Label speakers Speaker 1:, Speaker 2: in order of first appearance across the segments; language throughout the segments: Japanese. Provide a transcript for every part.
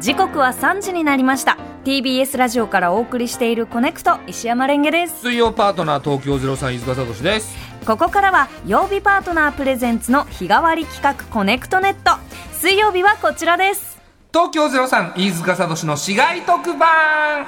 Speaker 1: 時刻は3時になりました TBS ラジオからお送りしているコネクト石山レンゲです
Speaker 2: 水曜パートナー東京03飯塚聡です
Speaker 1: ここからは曜日パートナープレゼンツの日替わり企画コネクトネット水曜日はこちらです
Speaker 2: 東京03飯塚聡の市街特番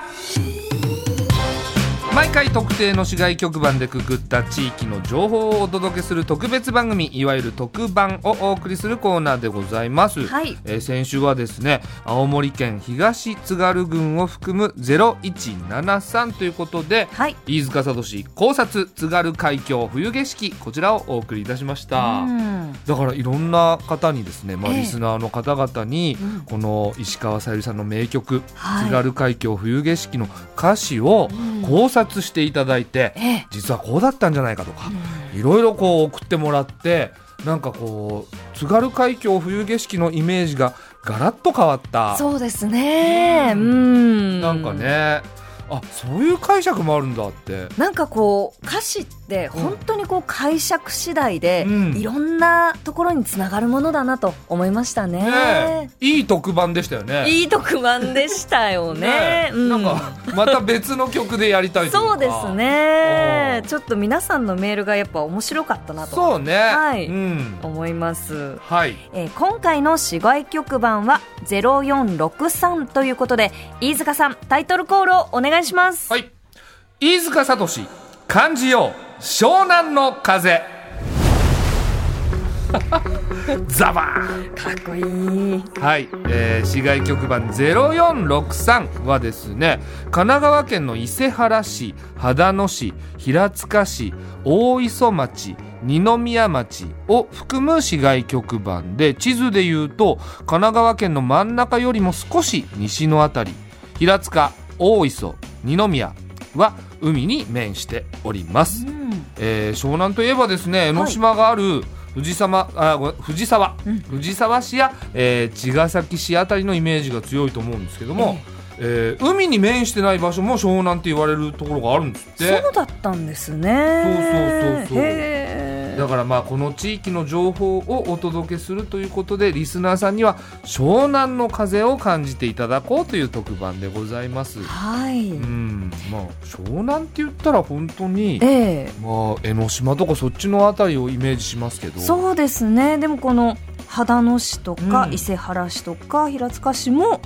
Speaker 2: 毎回特定の市街局番でくくった地域の情報をお届けする特別番組いわゆる特番をお送りするコーナーでございます、
Speaker 1: はい
Speaker 2: えー先週はですね青森県東津軽郡を含む0173ということで、
Speaker 1: はい
Speaker 2: 飯塚聡考察津軽海峡冬景色こちらをお送りいたしました、
Speaker 1: うん
Speaker 2: だからいろんな方にですね、まあ、
Speaker 1: ええ
Speaker 2: リスナーの方々に、
Speaker 1: うん
Speaker 2: この石川さゆりさんの名曲「
Speaker 1: はい
Speaker 2: 津軽海峡冬景色」の歌詞を
Speaker 1: うん
Speaker 2: 考察していただいて、
Speaker 1: ええ
Speaker 2: 実はこうだったんじゃないかとか、いろいろこう送ってもらってなんかこう津軽海峡冬景色のイメージがガラッと変わった
Speaker 1: そうですねう
Speaker 2: うん
Speaker 1: ん
Speaker 2: なんかねあそういう解釈もあるんだって。
Speaker 1: なんかこう歌詞って本当にこう解釈次第で、
Speaker 2: うん
Speaker 1: いろんなところにつながるものだなと思いましたね
Speaker 2: ねえいい特番でしたよね。
Speaker 1: いい特番でしたよね
Speaker 2: え
Speaker 1: うん
Speaker 2: なんかまた別の曲でやりたいというか
Speaker 1: そうですね
Speaker 2: うん
Speaker 1: ちょっと皆さんのメールがやっぱ面白かったなと
Speaker 2: そうね。
Speaker 1: はい
Speaker 2: うん。
Speaker 1: 思います
Speaker 2: はい。
Speaker 1: えー今回の市外局番は0463ということで飯塚さんタイトルコールをお願いします、
Speaker 2: はい。飯塚聡、漢字よう、湘南の風。 ザバーン
Speaker 1: かっこいい
Speaker 2: はい、えー、市外局番0463はですね神奈川県の伊勢原市秦野市平塚市大磯町二宮町を含む市外局番で地図でいうと神奈川県の真ん中よりも少し西のあたり平塚大磯二宮は海に面しております、えー湘南といえばですね江ノ島がある藤沢,、あごめん藤沢
Speaker 1: うん
Speaker 2: 藤沢市や、えー茅ヶ崎市あたりのイメージが強いと思うんですけども、えー海に面してない場所も湘南って言われるところがあるんですって
Speaker 1: そうだったんですね
Speaker 2: そうそうそうそう
Speaker 1: へー
Speaker 2: だからまあこの地域の情報をお届けするということでリスナーさんには湘南の風を感じていただこうという特番でございます。
Speaker 1: はい、
Speaker 2: うんまあ、湘南って言ったら本当に
Speaker 1: え、え
Speaker 2: まあ、江ノ島とかそっちのあたりをイメージしますけど
Speaker 1: そうですねでもこの秦野市とか、
Speaker 2: うん
Speaker 1: 伊勢原市とか平塚市も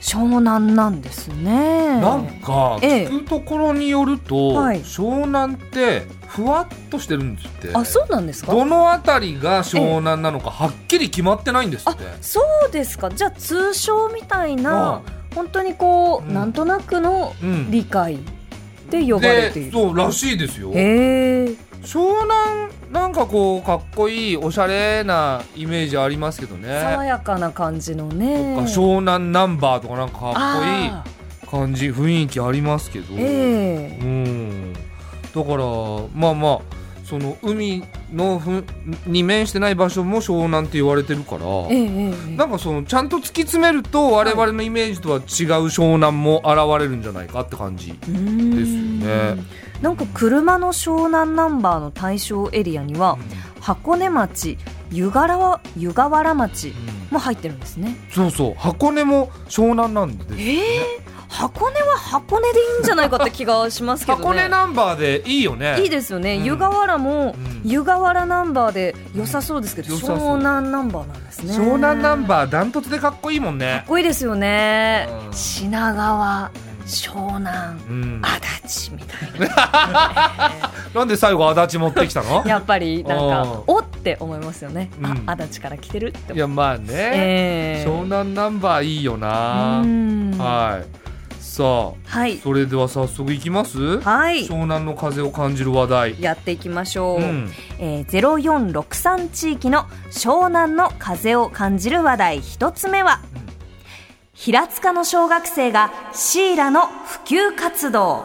Speaker 1: 湘南なんですね
Speaker 2: なんか
Speaker 1: ええ
Speaker 2: 聞くところによると、
Speaker 1: はい
Speaker 2: 湘南ってふわっとしてるんですって
Speaker 1: あそうなんですか
Speaker 2: どの辺りが湘南なのかはっきり決まってないんですって、
Speaker 1: そうですかじゃあ通称みたいな本当にこう、
Speaker 2: うん
Speaker 1: なんとなくの
Speaker 2: うん、
Speaker 1: 理解で呼ばれてい
Speaker 2: で
Speaker 1: る
Speaker 2: そうらしいですよ
Speaker 1: へえ
Speaker 2: 湘南なんかこうかっこいいおしゃれなイメージありますけど
Speaker 1: 爽
Speaker 2: ね
Speaker 1: やかな感じの
Speaker 2: と
Speaker 1: ね
Speaker 2: か湘南ナンバーとかなんかか
Speaker 1: あー
Speaker 2: っこいい感じ雰囲気ありますけど、
Speaker 1: ええ
Speaker 2: うんだからまあまあその海のふんに面してない場所も湘南って言われてるから
Speaker 1: ええええ
Speaker 2: なんかそのちゃんと突き詰めると我々のイメージとは違う湘南も現れるんじゃないかって感じ
Speaker 1: うーん
Speaker 2: ですよね
Speaker 1: なんか車の湘南ナンバーの対象エリアには箱根町湯河原湯河原町
Speaker 2: うん
Speaker 1: も入ってるんですね
Speaker 2: そうそう箱根も湘南なんです、
Speaker 1: ええ箱根は箱根でいいんじゃないかって気がしますけどね
Speaker 2: 箱根ナンバーでいいよね
Speaker 1: いいですよね、
Speaker 2: うん
Speaker 1: 湯河原も
Speaker 2: うん
Speaker 1: 湯河原ナンバーで良さそうですけど、
Speaker 2: うん良さそう
Speaker 1: 湘南ナンバーなんですね
Speaker 2: 湘南ナン
Speaker 1: ーか
Speaker 2: バーダントツでかっこいいもんね
Speaker 1: っこいいですよね、
Speaker 2: うん
Speaker 1: 品川湘南
Speaker 2: うん、
Speaker 1: 足立みたいな
Speaker 2: なんで最後足立持ってきたの
Speaker 1: やっぱりなん
Speaker 2: うん
Speaker 1: かおって思いますよね、
Speaker 2: うん
Speaker 1: あ足立から来てるって
Speaker 2: い
Speaker 1: 思う
Speaker 2: やまあね、
Speaker 1: ええ
Speaker 2: 湘南ナンバーいいよな、
Speaker 1: うんは
Speaker 2: はい。さあ、
Speaker 1: い
Speaker 2: それでは早速いきます。
Speaker 1: はい
Speaker 2: 湘南の風を感じる話題。
Speaker 1: やっていきましょう、
Speaker 2: うん、
Speaker 1: えー、0463地域の湘南の風を感じる話題一つ目は、
Speaker 2: うん
Speaker 1: 平塚の小学生がシイラの普及活動、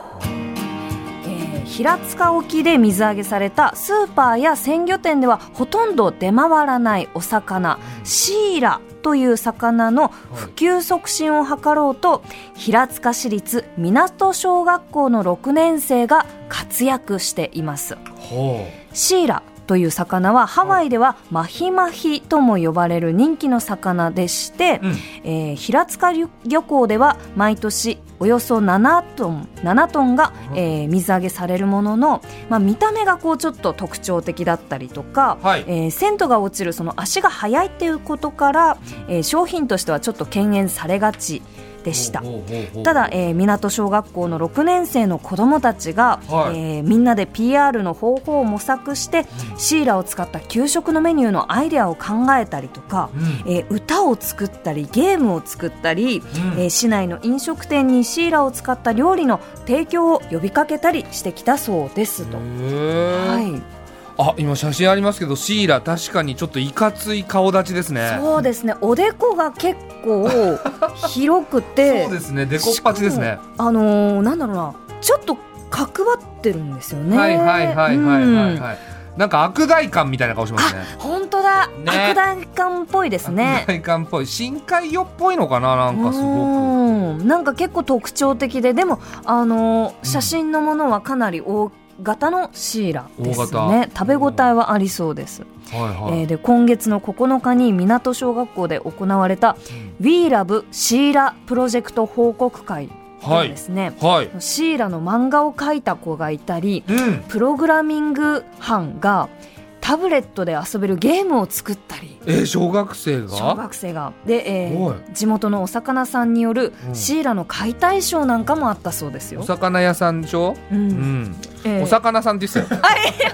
Speaker 1: えー平塚沖で水揚げされたスーパーや鮮魚店ではほとんど出回らないお魚シイラという魚の普及促進を図ろうと平塚市立港小学校の6年生が活躍しています。
Speaker 2: ほ
Speaker 1: シイラという魚はハワイではマヒマヒとも呼ばれる人気の魚でして、
Speaker 2: うん
Speaker 1: えー平塚漁港では毎年およそ7トン ,7 トンが、えー水揚げされるものの、まあ、見た目がこうちょっと特徴的だったりとか、
Speaker 2: はい
Speaker 1: えー鮮度が落ちるその足が速いっていうことから、えー商品としてはちょっと敬遠されがちでした。
Speaker 2: ほうほうほうほう
Speaker 1: ただ、えー港小学校の6年生の子どもたちが、
Speaker 2: はい
Speaker 1: えーみんなで PR の方法を模索してシイラを使った給食のメニューのアイデアを考えたりとか、
Speaker 2: うん
Speaker 1: えー歌を作ったりゲームを作ったり、
Speaker 2: うん
Speaker 1: えー市内の飲食店にシイラを使った料理の提供を呼びかけたりしてきたそうですと。
Speaker 2: へ
Speaker 1: は
Speaker 2: え
Speaker 1: い、
Speaker 2: あ今写真ありますけどシイラ確かにちょっといかつい顔立ちですね
Speaker 1: そうですねおでこが結 構広くて
Speaker 2: そうですねデコっぱちですね
Speaker 1: しかもあのーなんだろうなちょっと角張ってるんですよね
Speaker 2: はいはいはいはいはい
Speaker 1: うん
Speaker 2: はいなんか悪大感みたいな顔しますね
Speaker 1: 本当だ、
Speaker 2: ね
Speaker 1: 悪大感っぽいですね
Speaker 2: 悪大感っぽい深海魚っぽいのかななんかすごく
Speaker 1: うんなんか結構特徴的ででもあのー写真のものはかなり大型のシイラです
Speaker 2: 大
Speaker 1: ね
Speaker 2: 型
Speaker 1: 食べ応えはありそうです、
Speaker 2: はいは
Speaker 1: えー
Speaker 2: い
Speaker 1: で今月の9日に港小学校で行われた「WeLove シイラプロジェクト報告会」
Speaker 2: はい
Speaker 1: ですね、
Speaker 2: はい
Speaker 1: シイラの漫画を描いた子がいたり
Speaker 2: うん
Speaker 1: プログラミング班がタブレットで遊べるゲームを作ったり
Speaker 2: えー小学生が
Speaker 1: 小学生がで、えー
Speaker 2: おい
Speaker 1: 地元のお魚さんによる
Speaker 2: うん
Speaker 1: シイラの解体ショーなんかもあったそうです
Speaker 2: お
Speaker 1: よ。
Speaker 2: 魚屋さんでしょ
Speaker 1: う
Speaker 2: うんん
Speaker 1: えー
Speaker 2: お魚さんって言ってたよ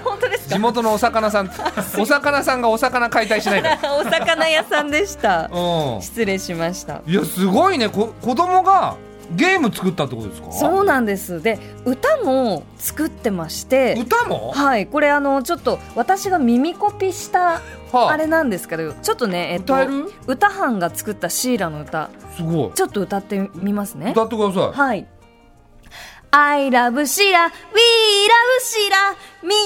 Speaker 1: 本当です
Speaker 2: 地
Speaker 1: か
Speaker 2: 元のお 魚さんお魚さんがお魚解体しないから
Speaker 1: お魚屋さんで した
Speaker 2: うん
Speaker 1: 失礼しました
Speaker 2: いやすごいねこ子供がゲーム作ったってことですか
Speaker 1: そうなんですで歌も作ってまして
Speaker 2: 歌も
Speaker 1: はいこれあのちょっと私が耳コピした
Speaker 2: は
Speaker 1: あれなんですけどちょっとねえっと
Speaker 2: 歌える
Speaker 1: 歌班が作ったシイラの歌
Speaker 2: すごい
Speaker 1: ちょっと歌ってみますね
Speaker 2: 歌ってください
Speaker 1: はい。I love シラ、We love シラ、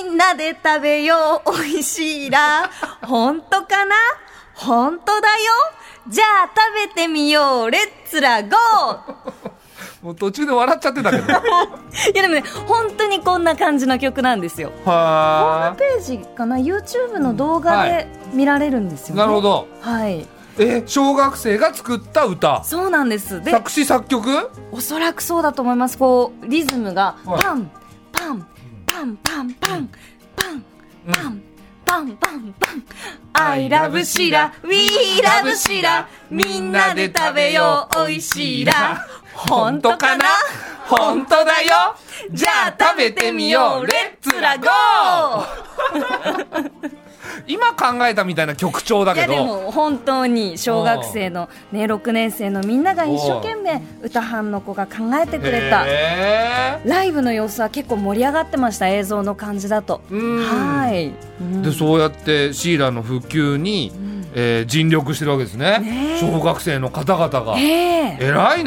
Speaker 1: みんなで食べよう、美味しいら。本当かな本当だよ。じゃあ食べてみよう、レッツラゴー。
Speaker 2: もう途中で笑っちゃっ てたけど
Speaker 1: いやでもね、本当にこんな感じの曲なんですよ。ホーム
Speaker 2: は
Speaker 1: ページかな ?YouTube の動画
Speaker 2: は
Speaker 1: で見られるんです
Speaker 2: ー
Speaker 1: よね。
Speaker 2: なるほ。ど
Speaker 1: はい。
Speaker 2: え小学生が作った歌
Speaker 1: そうなんです。で、
Speaker 2: 作詞作曲
Speaker 1: おそらくそうだと思います。こう、リズムが、
Speaker 2: はい
Speaker 1: パン、パン、パン、パン、パン、パン、パン、パン、パン、パン。I love シラ、We love シラ、みんなで食べよう、美味しいら。本当かな
Speaker 2: 本当だよじゃあ食べてみようレッツラゴー今考えたみたいな曲調だ
Speaker 1: いや
Speaker 2: け
Speaker 1: で
Speaker 2: ど
Speaker 1: も本当に小学生のね6年生のみんなが一生懸命歌班の子が考えてくれた
Speaker 2: へ
Speaker 1: ライブの様子は結構盛り上がってました映像の感じだと
Speaker 2: うん
Speaker 1: はい
Speaker 2: ーでそうやってシーラの普及に、えー尽力してるわけですね
Speaker 1: ねえ
Speaker 2: 小学生の方々が
Speaker 1: ええ
Speaker 2: 偉い
Speaker 1: す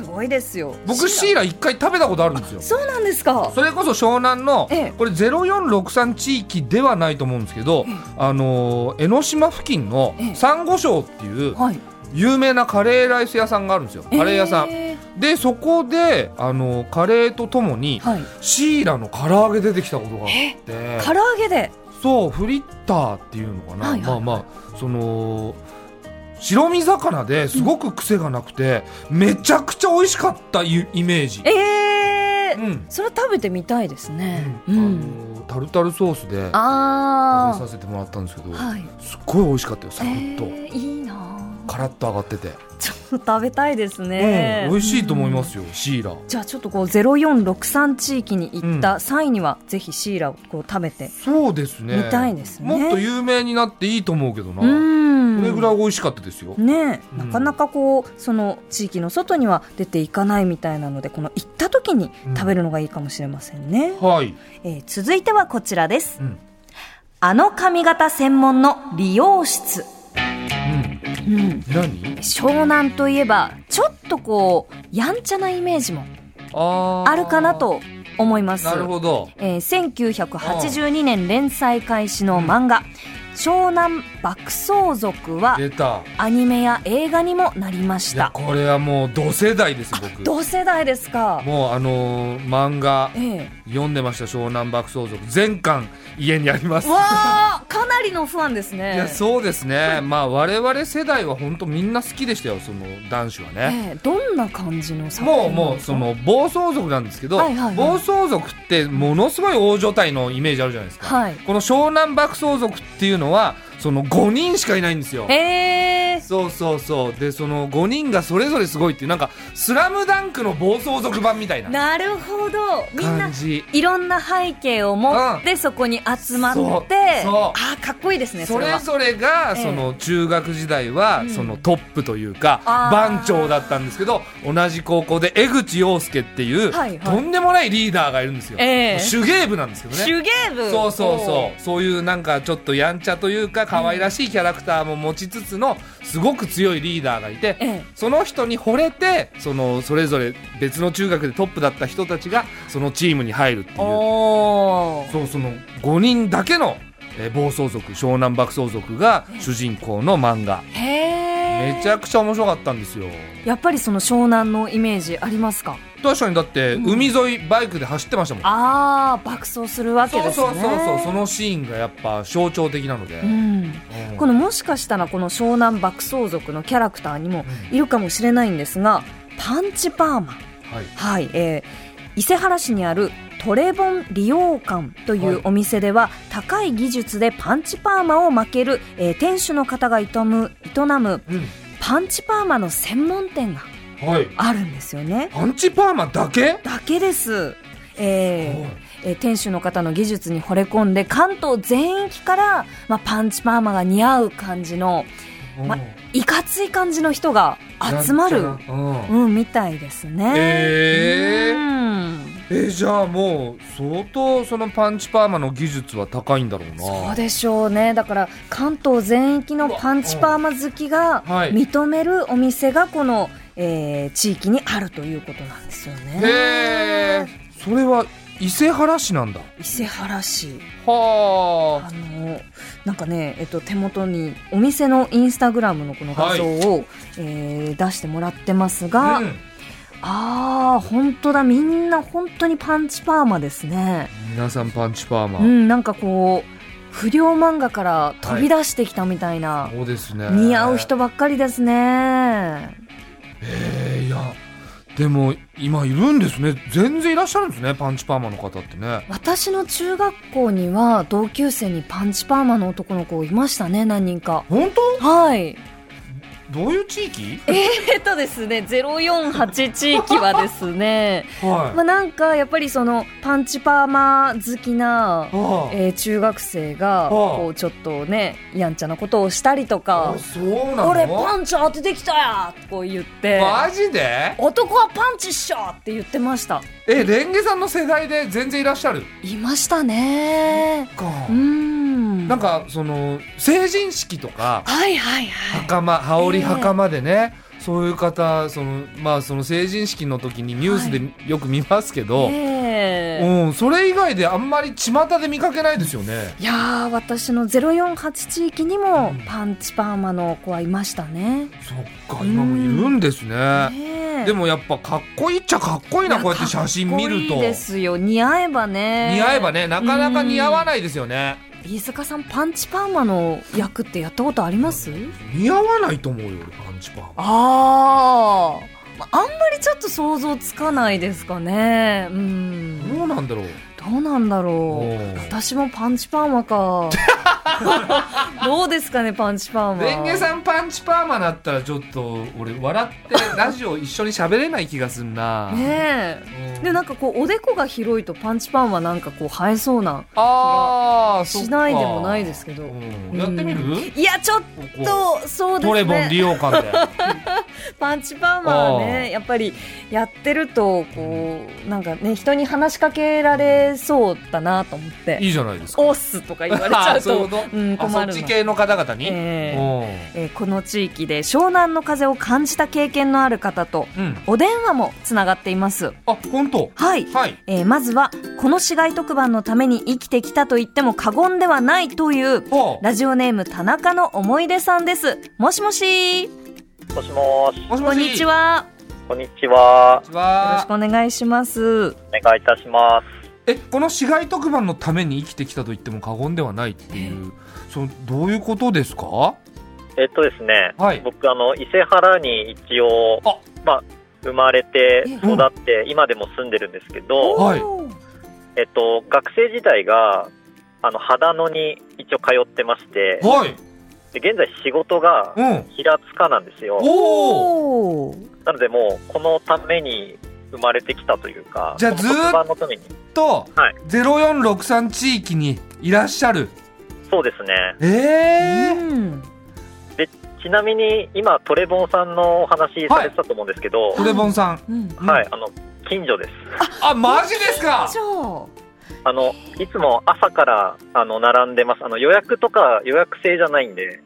Speaker 2: ね
Speaker 1: ごいですよ
Speaker 2: 僕シーラ一回食べたことあるんですよ
Speaker 1: そうなんですか
Speaker 2: それこそ湘南の、
Speaker 1: ええ
Speaker 2: これ0463地域ではないと思うんですけど、あのー江ノ島付近の
Speaker 1: ええ
Speaker 2: サンゴ礁っていう
Speaker 1: はい
Speaker 2: 有名なカレーライス屋さんがあるんですよカレー屋さん、
Speaker 1: え
Speaker 2: でそこで、あのーカレーとともに、
Speaker 1: えはい
Speaker 2: シーラの唐揚げ出てきたことがあって
Speaker 1: 唐揚げで
Speaker 2: そうフリッターっていうのかな、
Speaker 1: はいはいはい
Speaker 2: まあまあその白身魚ですごく癖がなくて、めちゃくちゃ美味しかったイイメージ
Speaker 1: ええ
Speaker 2: うん
Speaker 1: それ食べてみたいですねう、
Speaker 2: うんんあのタルタルソースで
Speaker 1: あ
Speaker 2: 食べ
Speaker 1: ー
Speaker 2: させてもらったんですけど、
Speaker 1: はい
Speaker 2: すっごい美味しかったよサ
Speaker 1: え
Speaker 2: クッと、
Speaker 1: えいいな
Speaker 2: カラッと揚がってて、
Speaker 1: あちょっと食べたいですね、
Speaker 2: うん、美味しいと思いま
Speaker 1: うん
Speaker 2: すよ、シーラ
Speaker 1: じゃあちょっとこう0463地域に行った際には、ぜひシイラをこう食べて
Speaker 2: そうですね
Speaker 1: みたいですね
Speaker 2: もっと有名になっていいと思うけどな、
Speaker 1: うん
Speaker 2: これぐらい美味しかったですよ、
Speaker 1: ねえ
Speaker 2: う
Speaker 1: なんかなかこうその地域の外には出ていかないみたいなのでこの行った時に食べるのがいいかもしれませんね、
Speaker 2: はい、
Speaker 1: えー続いてはこちらです
Speaker 2: うん
Speaker 1: あの髪型専門の理容室、
Speaker 2: う
Speaker 1: うん、
Speaker 2: ん、何
Speaker 1: 湘南といえばちょっとこうやんちゃなイメージも
Speaker 2: あー
Speaker 1: あるかなと思います
Speaker 2: なるほど
Speaker 1: えー1982年連載開始の漫画「湘南爆走族は
Speaker 2: 出た
Speaker 1: アニメや映画にもなりまし
Speaker 2: い
Speaker 1: た
Speaker 2: やこれはもう同世代です僕
Speaker 1: 同世代ですか
Speaker 2: もうあのー漫画
Speaker 1: え
Speaker 2: 読んでました湘南爆走族全巻家にあります
Speaker 1: えわあかなりのファンですね
Speaker 2: いやそうですねまあ我々世代は本当みんな好きでしたよその男子はね、
Speaker 1: ええどんな感じの作品
Speaker 2: も
Speaker 1: な
Speaker 2: うんも
Speaker 1: で
Speaker 2: う
Speaker 1: す
Speaker 2: そ
Speaker 1: か
Speaker 2: の暴走族なんですけど、
Speaker 1: はいはいはい
Speaker 2: 暴走族ってものすごい大所帯のイメージあるじゃないですか、
Speaker 1: はい
Speaker 2: この湘南爆走族っていうのはその5人しかいないんですよ
Speaker 1: ええ
Speaker 2: そうそうそうでその5人がそれぞれすごいっていうなんか「スラムダンクの暴走族版みたいな
Speaker 1: なるほどみんな
Speaker 2: 感じ
Speaker 1: いろんな背景を持ってそこに集まって、
Speaker 2: そうそう
Speaker 1: あーかっこいいですねそ
Speaker 2: そ
Speaker 1: れは
Speaker 2: れぞれが
Speaker 1: ええ
Speaker 2: その中学時代は
Speaker 1: うん
Speaker 2: そのトップというか
Speaker 1: あー
Speaker 2: 番長だったんですけど同じ高校で江口洋介っていう
Speaker 1: はいはい
Speaker 2: とんでもないリーダーがいるんですよ
Speaker 1: ええ
Speaker 2: 手芸部なんですけどね
Speaker 1: 手芸部
Speaker 2: そうそうそうそういうなんかちょっとやんちゃというか可愛らしいキャラクターも持ちつつのすごく強いリーダーがいて、
Speaker 1: ええ
Speaker 2: その人に惚れてそのそれぞれ別の中学でトップだった人たちがそのチームに入るっていう
Speaker 1: おー
Speaker 2: そうその5人だけの、えー暴走族湘南爆走族が主人公の漫画
Speaker 1: へえ
Speaker 2: めちゃくちゃ面白かったんですよ
Speaker 1: やっぱりその湘南のイメージありますか
Speaker 2: 確かにだって
Speaker 1: うん
Speaker 2: 海沿いバイクで走ってましたもん
Speaker 1: ああ爆走するわけ
Speaker 2: そう
Speaker 1: ですね
Speaker 2: そうそうそうそのシーンがやっぱ象徴的なので、
Speaker 1: うん、
Speaker 2: うん
Speaker 1: このもしかしたらこの湘南爆走族のキャラクターにもいるかもしれないんですがパンチパーマン
Speaker 2: はい
Speaker 1: はい、えー伊勢原市にあるトレボン利用館とい
Speaker 2: はいう
Speaker 1: お店では、高い技術でパンチパーマを負ける、えー店主の方が営む営む
Speaker 2: う
Speaker 1: パンチパーマの専門店が
Speaker 2: んはい
Speaker 1: あるんですよね。
Speaker 2: パンチパーマだけ
Speaker 1: だけです。えー
Speaker 2: はい
Speaker 1: えー店主の方の技術に惚れ込んで関東全域から、まあ、パンチパーマが似合う感じのまいかつい感じの人が
Speaker 2: うん
Speaker 1: 集まる、
Speaker 2: なんちゃらうん
Speaker 1: うん、みたいですね。
Speaker 2: へー
Speaker 1: うん
Speaker 2: えーじゃあもう相当そのパンチパーマの技術は高いんだろうな
Speaker 1: そうでしょうねだから関東全域のパンチパーマ好きが
Speaker 2: はい
Speaker 1: 認めるお店がこの、えー地域にあるということなんですよ
Speaker 2: へえ
Speaker 1: ね。
Speaker 2: それは伊勢原市なんだ
Speaker 1: 伊勢原市
Speaker 2: は
Speaker 1: あのなんかね、えっと、手元にお店のインスタグラムのこの画像を、えー出してもらってますが、
Speaker 2: あ、うん
Speaker 1: ああ本当だみんな本当にパンチパーマですね。
Speaker 2: 皆さんパンチパーマ、
Speaker 1: うん、なんかこう不良漫画から飛び出してきたみたいな。
Speaker 2: そうですね
Speaker 1: 似合う人ばっかりですね。
Speaker 2: えーいやでも今いるんですね全然いらっしゃるんですねパンチパーマの方ってね
Speaker 1: 私の中学校には同級生にパンチパーマの男の子いましたね、何人か。
Speaker 2: 本当
Speaker 1: はい。
Speaker 2: どういう地域
Speaker 1: えっとですね、048地域はですね、
Speaker 2: は い、
Speaker 1: まあなんかやっぱりそのパンチパーマ好きな、
Speaker 2: はあ
Speaker 1: えー中学生が、
Speaker 2: あ
Speaker 1: こうちょっとね、やんちゃなことをしたりとか
Speaker 2: あ、そうなの
Speaker 1: 俺パンチ当ててきたやこう言って、
Speaker 2: マジで
Speaker 1: 男はパンチっしょって言ってました。
Speaker 2: えレンゲさんの世代で全然いらっしゃる
Speaker 1: いましたね。
Speaker 2: か
Speaker 1: うーん。
Speaker 2: なんかその成人式とか
Speaker 1: はいはいはい。
Speaker 2: 袴羽織
Speaker 1: ええ
Speaker 2: 袴でね、そういう方そのまあその成人式の時にニュースでよく見ますけど、
Speaker 1: ええ
Speaker 2: うん、それ以外であんまり巷で見かけないですよね。
Speaker 1: いやー私の048地域にも
Speaker 2: うん
Speaker 1: パンチパーマの子はいましたね。
Speaker 2: そっか今もいるんですね。
Speaker 1: ねえ
Speaker 2: でもやっぱかっこいいっちゃかっこいい
Speaker 1: い
Speaker 2: な
Speaker 1: や
Speaker 2: こうやって写真見る
Speaker 1: かっこ
Speaker 2: と
Speaker 1: いいですよ似合えばね
Speaker 2: 似合えばねなかなか似合わないですよね。
Speaker 1: 飯塚さんパンチパーマの役ってやったことあります
Speaker 2: 似合わないと思うよ俺パンチパーマ。
Speaker 1: あーまああんまりちょっと想像つかないですかねうん
Speaker 2: どうなんだろう。
Speaker 1: どうなんだろ
Speaker 2: お
Speaker 1: う
Speaker 2: ー
Speaker 1: 私もパンチパーマ かどうですかねパンチパーマ
Speaker 2: レンゲさんパンチパーマだったらちょっと俺 笑ってラジオ一緒に喋れない気がすんな。
Speaker 1: ね
Speaker 2: う
Speaker 1: え
Speaker 2: ん
Speaker 1: でなんかこうおでこが広いとパンチパンはなんかこう生えそうな
Speaker 2: ああ
Speaker 1: しないでもないですけど
Speaker 2: やってみる
Speaker 1: う？いやちょっ
Speaker 2: こ
Speaker 1: とそう
Speaker 2: こ
Speaker 1: で
Speaker 2: トレ
Speaker 1: す
Speaker 2: ボン利
Speaker 1: ね
Speaker 2: 用館で。
Speaker 1: パンチパンは
Speaker 2: あー
Speaker 1: ねやっぱりやってるとこうなんかね人に話しかけられそうだなと思って
Speaker 2: いいじゃないです
Speaker 1: 「
Speaker 2: か。
Speaker 1: オス」とか言われちゃ
Speaker 2: あ
Speaker 1: う
Speaker 2: そうい
Speaker 1: と
Speaker 2: うこと
Speaker 1: うん
Speaker 2: あ
Speaker 1: 困
Speaker 2: そっ
Speaker 1: る
Speaker 2: ち
Speaker 1: の。
Speaker 2: 系の方々に。
Speaker 1: ええ
Speaker 2: う
Speaker 1: えーこの地域で湘南の風を感じた経験のある方と
Speaker 2: んうん。
Speaker 1: お電話もつながっています。
Speaker 2: あ本本当
Speaker 1: はい、
Speaker 2: はい
Speaker 1: えーまずはこの市街特番のために生きてきたと言っても過言ではないという
Speaker 2: ほう
Speaker 1: ラジオネーム田中の思い出さんですもしもし
Speaker 3: もしもし、
Speaker 2: もし
Speaker 1: こ
Speaker 2: もし
Speaker 1: んにちは
Speaker 3: こんにちは。
Speaker 2: こんにち
Speaker 1: よろし
Speaker 2: は
Speaker 1: くお願いします
Speaker 3: お願いいたします。
Speaker 2: えこの市街特番のために生きてきたと言っても過言ではないっていうそのどういうことですか
Speaker 3: えっとですね、
Speaker 2: はい
Speaker 3: 僕、あの、伊勢原に一応
Speaker 2: あ、
Speaker 3: まあ、生まれて
Speaker 1: ええ
Speaker 3: 育って、今でも住んでるんですけど、
Speaker 2: はい
Speaker 1: おー
Speaker 3: えっと、学生時代が、あの、秦野に一応通ってまして、
Speaker 2: はい
Speaker 3: で現在仕事が
Speaker 2: うん
Speaker 3: 平塚なんですよ。
Speaker 2: おお
Speaker 1: おー
Speaker 3: なので、もう、このために生まれてきたというか、
Speaker 2: じゃあ
Speaker 3: この特番のために。
Speaker 2: と
Speaker 3: はい
Speaker 2: 0463地域にいらっしゃる
Speaker 3: そうですね。
Speaker 2: ええ
Speaker 1: うん
Speaker 3: ちなみに、今、トレボンさんのお話されてたと思うんですけど、
Speaker 2: トレボンさん
Speaker 1: うん
Speaker 2: い
Speaker 3: はい、あの、近所です。
Speaker 2: あマジですか
Speaker 1: じゃあ
Speaker 3: あのいつも朝からあの並んでますあの予約とか予約制じゃないんで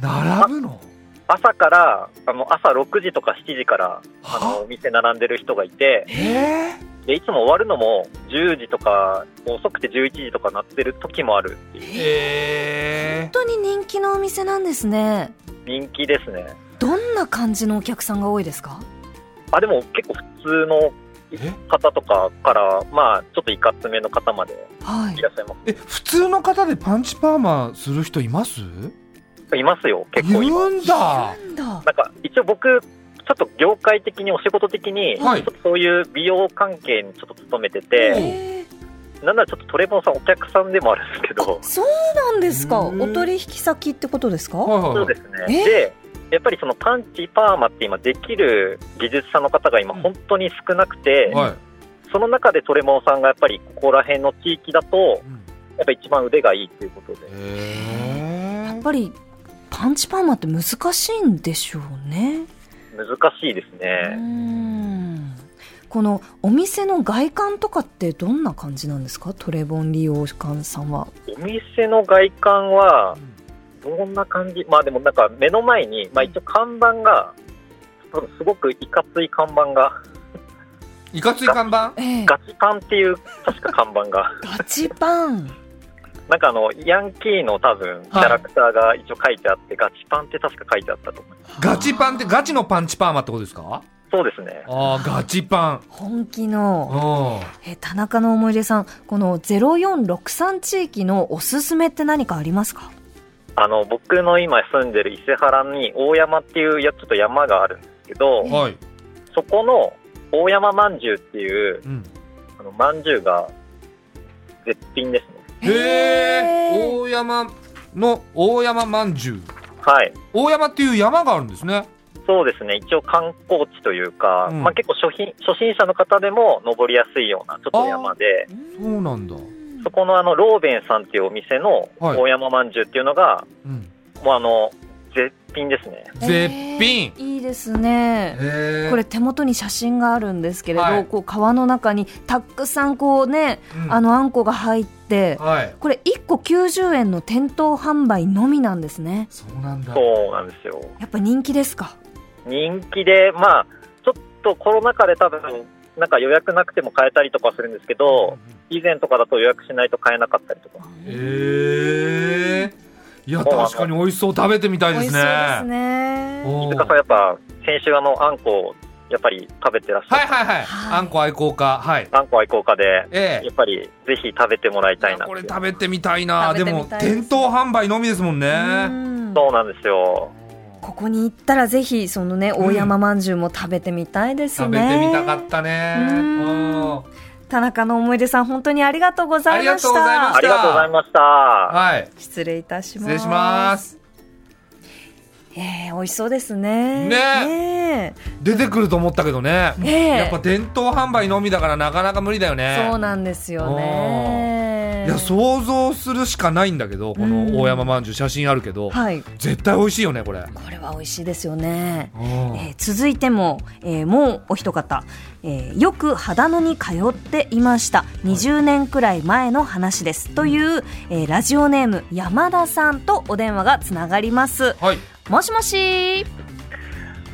Speaker 2: 並ぶの
Speaker 3: 朝からあの朝6時とか7時からあの
Speaker 2: は
Speaker 3: お店並んでる人がいて
Speaker 2: ええ
Speaker 3: でいつも終わるのも10時とか遅くて11時とかなってる時もあるっていう
Speaker 2: え
Speaker 1: 本当に人気のお店なんですね
Speaker 3: 人気ですね
Speaker 1: どんな感じのお客さんが多いですか
Speaker 3: あでも結構普通の
Speaker 2: え
Speaker 3: 方とかからまあちょっといかつめの方まで
Speaker 1: はい
Speaker 3: いらっしゃいま
Speaker 2: え普通の方でパンチパーマする人います
Speaker 3: すいますよ結構
Speaker 2: い
Speaker 3: います
Speaker 2: るんだ
Speaker 1: なんだ
Speaker 3: なんか一応僕ちょっと業界的にお仕事的に、
Speaker 2: はい
Speaker 3: ちょっとそういう美容関係にちょっと勤めてて、
Speaker 1: えー
Speaker 3: なんならちょっとトレボンさんお客さんでもあるんですけど、
Speaker 1: そうなんですか
Speaker 2: うん
Speaker 1: お取引先ってことですか
Speaker 2: はい
Speaker 3: そう
Speaker 2: はい
Speaker 3: で
Speaker 2: は
Speaker 3: す
Speaker 1: え
Speaker 3: ね。で、やっぱりそのパンチパーマって今できる技術さんの方が今本当に少なくて、
Speaker 2: いはい
Speaker 3: その中でトレボンさんがやっぱりここら辺の地域だと、
Speaker 2: うん
Speaker 3: やっぱ一番腕がいいっていうことで。
Speaker 2: え
Speaker 1: やっ
Speaker 2: ー
Speaker 1: ぱりパンチパーマって難しいんでしょうね
Speaker 3: 難しいです
Speaker 1: う
Speaker 3: ね。
Speaker 1: んこのお店の外観とかってどんな感じなんですかトレボン利用館さんは
Speaker 3: お店の外観は、どんな感じまあでもなんか目の前に、まあ一応看板が、多分すごくいかつい看板が、
Speaker 2: いかつい看板
Speaker 1: ええ
Speaker 3: ガチパンっていう確か看板が。
Speaker 1: ガチパン
Speaker 3: なんかあの、ヤンキーの多分、キャラクターが一応書いてあって、ガチパンって確か書いてあったと思います。
Speaker 2: ガチパンってガチのパンチパーマってことですか
Speaker 3: そうですね。
Speaker 2: あーガチパン
Speaker 1: 本気の
Speaker 2: う
Speaker 1: えー田中の思い出さんこの0463地域のおすすめって何かありますか
Speaker 3: あの、僕の今住んでる伊勢原に大山っていう、いや、ちょっと山があるんですけど
Speaker 2: ん、はい
Speaker 3: そこの大山まんじゅうっていう、
Speaker 2: うん
Speaker 3: あの、まんじゅうが絶品ですね。
Speaker 2: へえ大山の大山まんじゅう
Speaker 3: はい。
Speaker 2: 大山っていう山があるんですね
Speaker 3: そうですね。一応観光地というか、
Speaker 2: うん
Speaker 3: まあ結構初心、初心者の方でも登りやすいような、ちょっと山で、
Speaker 2: そうなんだ
Speaker 3: そこのあの、ローベンさんっていうお店の
Speaker 2: はい
Speaker 3: 大山まんじゅうっていうのが、
Speaker 2: うん
Speaker 3: もうあの、絶品ですね。
Speaker 2: 絶品
Speaker 1: えーいいですね
Speaker 2: へえ
Speaker 1: これ手元に写真があるんですけれど、
Speaker 2: はい
Speaker 1: こう皮の中にたくさんこうね、
Speaker 2: うん
Speaker 1: あのあんこが入って
Speaker 2: はい
Speaker 1: これ1個90円の店頭販売のみなんですね
Speaker 2: そうなんだ
Speaker 3: そうなんですよ。
Speaker 1: やっぱ人気ですか
Speaker 3: 人気で、まあ、ちょっとコロナ禍で多分、なんか予約なくても買えたりとかするんですけど、以前とかだと予約しないと買えなかったりとか。
Speaker 2: へえいや
Speaker 3: そうなの
Speaker 2: 確かに美味しそう食べてみたい
Speaker 1: 美
Speaker 2: で
Speaker 1: 味し
Speaker 2: す
Speaker 1: そうです
Speaker 2: ね
Speaker 1: ね
Speaker 2: お
Speaker 3: 伊
Speaker 2: ー
Speaker 3: 坂さん、やっぱ、先週あの、あんこをやっぱり食べてらっしゃ
Speaker 2: はい
Speaker 3: る。
Speaker 2: はいはい
Speaker 1: はい
Speaker 2: あんこ愛好家はい
Speaker 3: あんこ愛好家で、
Speaker 2: ええ
Speaker 3: やっぱり、ぜひ食べてもらいたい
Speaker 2: い
Speaker 3: な
Speaker 2: や
Speaker 3: って
Speaker 2: こ
Speaker 3: い
Speaker 2: れ
Speaker 3: う
Speaker 2: 食べてみたいな
Speaker 1: 食べ
Speaker 2: で
Speaker 1: て
Speaker 2: も
Speaker 1: みたいです
Speaker 2: 店頭販売のみですもんね
Speaker 1: うん
Speaker 3: そうなんですよ。
Speaker 1: ここに行ったらぜひそのね大山まんじゅうも食べてみたいですね、
Speaker 2: 食べてみたかったね
Speaker 1: うん
Speaker 2: うん
Speaker 1: 田中の思い出さん本当にありがとうございました
Speaker 2: ありがとうございまし
Speaker 3: ありがとうございました。
Speaker 2: はい
Speaker 1: 失礼いたします
Speaker 2: 失礼します
Speaker 1: えー、美味しそうですね
Speaker 2: ね
Speaker 1: ね
Speaker 2: 出てくると思ったけどね
Speaker 1: ええ
Speaker 2: やっぱ店頭販売のみだからなかなか無理だよね
Speaker 1: そうなんですよね
Speaker 2: いや想像するしかないんだけどこの大山まんじゅう写真あるけど
Speaker 1: はい
Speaker 2: 絶対美味しいよねこれ
Speaker 1: これは美味しいですよね
Speaker 2: うん
Speaker 1: えー続いても、えーもうお一方、えーよく秦野に通っていました20年くらい前の話です、という、えーラジオネーム山田さんとお電話がつながります
Speaker 2: はい
Speaker 1: もしもし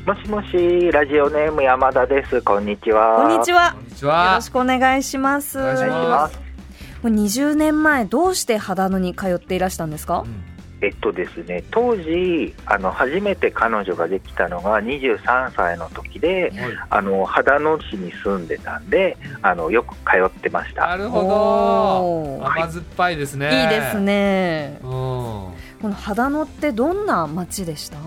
Speaker 3: もしもし、ラジオネーム山田です。こんにちは。
Speaker 1: こんにちは
Speaker 2: こんにち
Speaker 1: よ
Speaker 2: は
Speaker 1: ろしくお願いします
Speaker 2: お願いし
Speaker 3: お願いしま
Speaker 2: ます
Speaker 3: す。
Speaker 1: もう20年前どうして秦野に通っていらしたんですか
Speaker 2: うん
Speaker 3: えっとですね、当時、あの、初めて彼女ができたのが23歳の時で、
Speaker 2: はい
Speaker 3: あの、秦野市に住んでたんで、あの、よく通ってました。
Speaker 2: なるほど
Speaker 1: おー
Speaker 2: 甘酸っぱいですね
Speaker 1: いいですね
Speaker 2: うん
Speaker 1: この秦野ってどんな街でした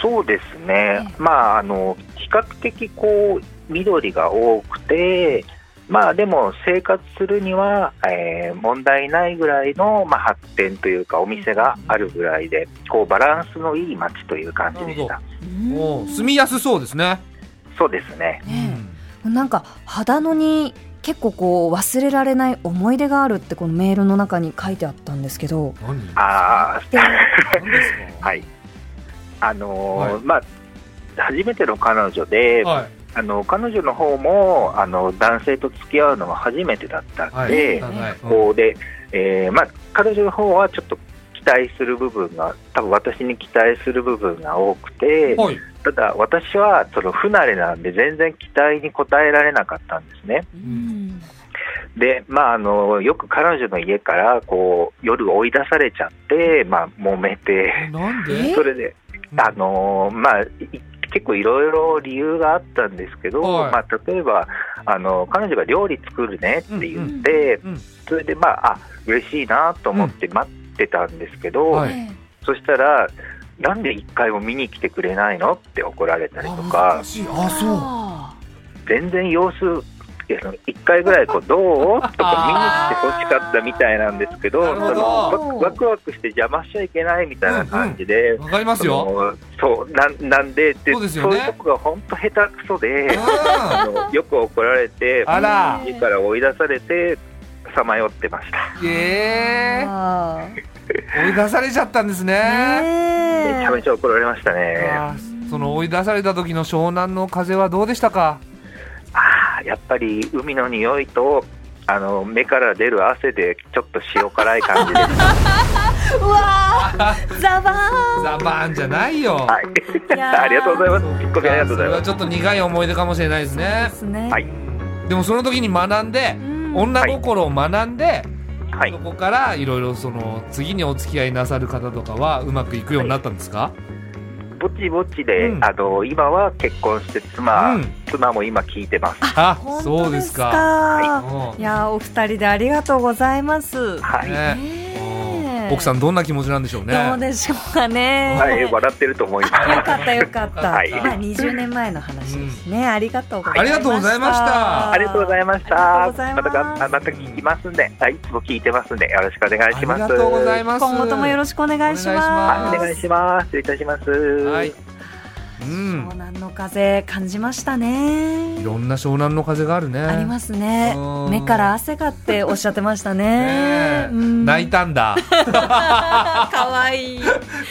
Speaker 3: そうですね
Speaker 1: え、
Speaker 3: まあ、あの比較的こう緑が多くて、まあ、でも生活するには、えー問題ないぐらいの、まあ、発展というか、お店があるぐらいで、こうバランスのいい街という感じでし
Speaker 2: な
Speaker 3: た。
Speaker 2: おー住みやすそうですね
Speaker 3: そうですね
Speaker 1: ねなんか秦野に結構こう忘れられない思い出があるってこのメールの中に書いてあったんですけど
Speaker 2: うん何
Speaker 3: あー
Speaker 1: で
Speaker 2: 何ですか
Speaker 3: はいあのー
Speaker 2: はい
Speaker 3: まあ初めての彼女で、
Speaker 2: はい
Speaker 3: あの彼女の方もあの男性と付き合うのは初めてだったんで、
Speaker 2: はい、
Speaker 1: ええ
Speaker 2: はい
Speaker 3: こうで、えーまあ、彼女の方はちょっと期待する部分が多分私に期待する部分が多くて
Speaker 2: はい
Speaker 3: ただ私はその不慣れなんで全然期待に応えられなかったんですね
Speaker 1: うん
Speaker 3: で、まあ、あのよく彼女の家からこう夜追い出されちゃって、まあ、揉めて
Speaker 2: なん
Speaker 1: え
Speaker 2: で
Speaker 3: それであのーまあ、い結構いろいろ理由があったんですけど、
Speaker 2: はい
Speaker 3: まあ、例えばあの彼女が料理作るねって言って、
Speaker 2: うんうんうん
Speaker 3: それでまああ嬉しいなと思って待ってたんですけど、
Speaker 2: うんはい
Speaker 1: え
Speaker 3: そしたらなんで一回も見に来てくれないのって怒られたりとか
Speaker 2: 難しい
Speaker 1: え
Speaker 2: あそう
Speaker 3: 全然様子いやその一回ぐらいこうどうとか見に来てほしかったみたいなんですけ ど
Speaker 2: なるほど
Speaker 3: そのワワクワクして邪魔しちゃいけないみたいな感じで。
Speaker 2: わかりますよ
Speaker 3: そのそうなんなんでって
Speaker 2: そうですよね
Speaker 3: いうとこが本当下手くそ
Speaker 2: うん
Speaker 3: で
Speaker 2: あ
Speaker 3: あのよく怒られて
Speaker 2: ら
Speaker 3: 家から追い出されてさまよってました
Speaker 2: ええ
Speaker 1: あー
Speaker 2: 追い出されちゃったんですね
Speaker 3: めちゃめ
Speaker 1: ね
Speaker 3: ちゃ怒られましたね
Speaker 2: あーその追い出された時の湘南の風はどうでしたか
Speaker 3: あーやっぱり海の匂いとあの目から出る汗でちょっと塩辛 い感じでした
Speaker 1: えうわーザバーン
Speaker 2: ザバーンじゃないよ
Speaker 3: はい
Speaker 1: いやー
Speaker 3: ありがとうございますツッコミありがとうござ
Speaker 2: そ
Speaker 3: い
Speaker 2: れは
Speaker 3: ます
Speaker 2: ちょっと苦い思い出かもしれないですね
Speaker 1: ですね
Speaker 3: はい
Speaker 2: でもその時に学んで
Speaker 1: うん
Speaker 2: 女心を学んで、
Speaker 3: はい
Speaker 2: そこからいろいろその次にお付き合いなさる方とかはうまくいくようになったんですか、
Speaker 3: ぼちぼちで、
Speaker 2: うん
Speaker 3: あの今は結婚して妻、
Speaker 2: うん
Speaker 3: 妻も今聞いてます
Speaker 2: あ
Speaker 1: 本
Speaker 2: そ
Speaker 1: 当
Speaker 2: うで
Speaker 1: ですす
Speaker 2: か
Speaker 1: か
Speaker 2: うん
Speaker 1: いやーお二人でありがとうございます
Speaker 3: はい、
Speaker 2: ね
Speaker 1: ねえ
Speaker 2: うん奥さんどんな気持ちなんでしょうね
Speaker 1: どうでしょうかね
Speaker 3: はい、笑ってると思います
Speaker 1: あよかったよかった。
Speaker 3: はい
Speaker 1: まあ20年前の話ですね。ありがとうございました。
Speaker 2: ありがとうございました
Speaker 3: あ
Speaker 1: ありがとう
Speaker 3: りがとうございました。
Speaker 1: ございます
Speaker 3: たがまた聞きますんで、はい、いつも聞いてますんで、よろしくお願い
Speaker 2: あ
Speaker 3: し
Speaker 2: り
Speaker 3: ます。
Speaker 2: がとうございます
Speaker 1: 今後ともよろしくお願いしま
Speaker 3: は
Speaker 1: す。
Speaker 3: い、お願いします。失礼いたします。は
Speaker 2: はい、うん
Speaker 1: 湘南の風感じましたね
Speaker 2: い。ろんな湘南の風があるね
Speaker 1: ありますね
Speaker 2: う。ん
Speaker 1: 目から汗がっておっしゃってました
Speaker 2: ね
Speaker 1: ね。
Speaker 2: え
Speaker 1: うん
Speaker 2: 泣い。た んだ
Speaker 1: 可 愛い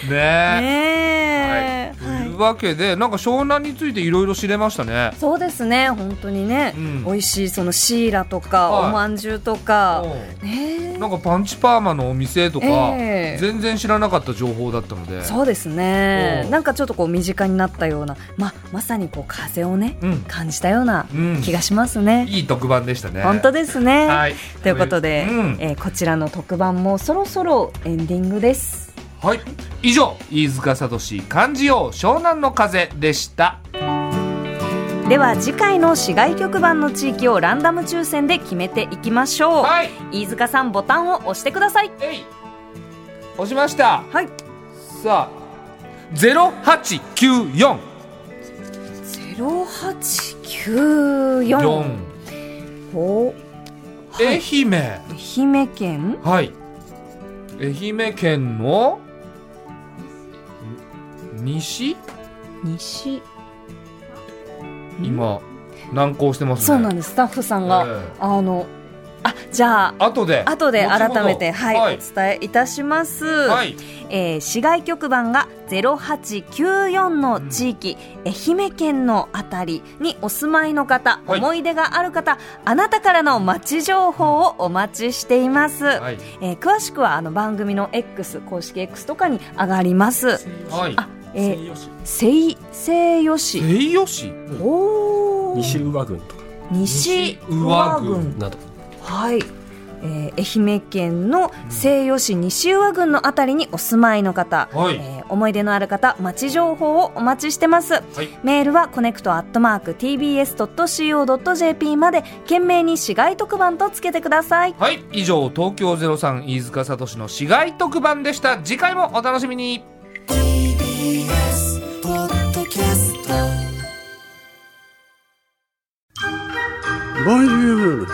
Speaker 1: ね
Speaker 2: ねえ
Speaker 1: え。
Speaker 2: と
Speaker 1: はい
Speaker 2: いうわけでなんか湘南についていろいろ知れましたね
Speaker 1: そうですね。本当にね
Speaker 2: う。
Speaker 1: 美
Speaker 2: ん
Speaker 1: 味しいそのシイラとか
Speaker 2: はい
Speaker 1: お饅頭とか。
Speaker 2: う
Speaker 1: ねえ
Speaker 2: んなんかパンチパーマのお店とか、
Speaker 1: ええ
Speaker 2: 全然知らなかった情報だったので
Speaker 1: そうですね
Speaker 2: う。ん
Speaker 1: なんかちょっとこう身近になったような、ままさにこう風をね、
Speaker 2: うん
Speaker 1: 感じたような
Speaker 2: うん
Speaker 1: 気がしますね。
Speaker 2: いい特番でしたね
Speaker 1: 本当ですね。
Speaker 2: はい
Speaker 1: ということで、
Speaker 2: うん
Speaker 1: えーこちらの特番もそろそろエンディングです。
Speaker 2: はい以上飯塚聡漢字王湘南の風でした
Speaker 1: では次回の市外局番の地域をランダム抽選で決めていきましょう。
Speaker 2: はい
Speaker 1: 飯塚さんボタンを押してください。
Speaker 2: えい押しました
Speaker 1: はい。
Speaker 2: さあ0894
Speaker 1: ゼロ八九四。お。
Speaker 2: 愛媛
Speaker 1: 愛媛県。
Speaker 2: はい愛媛県のん西
Speaker 1: 西。
Speaker 2: 今難航してますね
Speaker 1: そうなんです。スタッフさんが、
Speaker 2: ええ
Speaker 1: あの、あ、じゃあ。
Speaker 2: 後で
Speaker 1: 後で改めて、
Speaker 2: 後
Speaker 1: はい
Speaker 2: ほどは
Speaker 1: お
Speaker 2: い
Speaker 1: 伝えいたします、
Speaker 2: はい
Speaker 1: えー市外局番が0894の地域、愛媛県のあたりにお住まいの方、
Speaker 2: はい
Speaker 1: 思い出がある方あなたからの街情報をお待ちしています、
Speaker 2: はい
Speaker 1: えー詳しくはあの番組の X 公式 X とかに上がります
Speaker 2: はい
Speaker 1: あえー、西西予市
Speaker 2: 西予市
Speaker 1: おー
Speaker 4: 西宇和郡とか
Speaker 1: 西
Speaker 2: 宇
Speaker 1: 宇
Speaker 2: 和
Speaker 1: 和
Speaker 2: 郡
Speaker 1: 郡
Speaker 4: など
Speaker 1: はい、えー愛媛県の西予市西宇和郡のあたりにお住まいの方、
Speaker 2: はい
Speaker 1: えー思い出のある方町情報をお待ちしてます、メールはコネクトアットマーク TBS.CO.JP まで懸命に市街特番とつけてください
Speaker 2: はい以上東京03飯塚聡の市街特番でした次回もお楽しみに
Speaker 5: TBS ポッドキャスト
Speaker 6: ボンジュール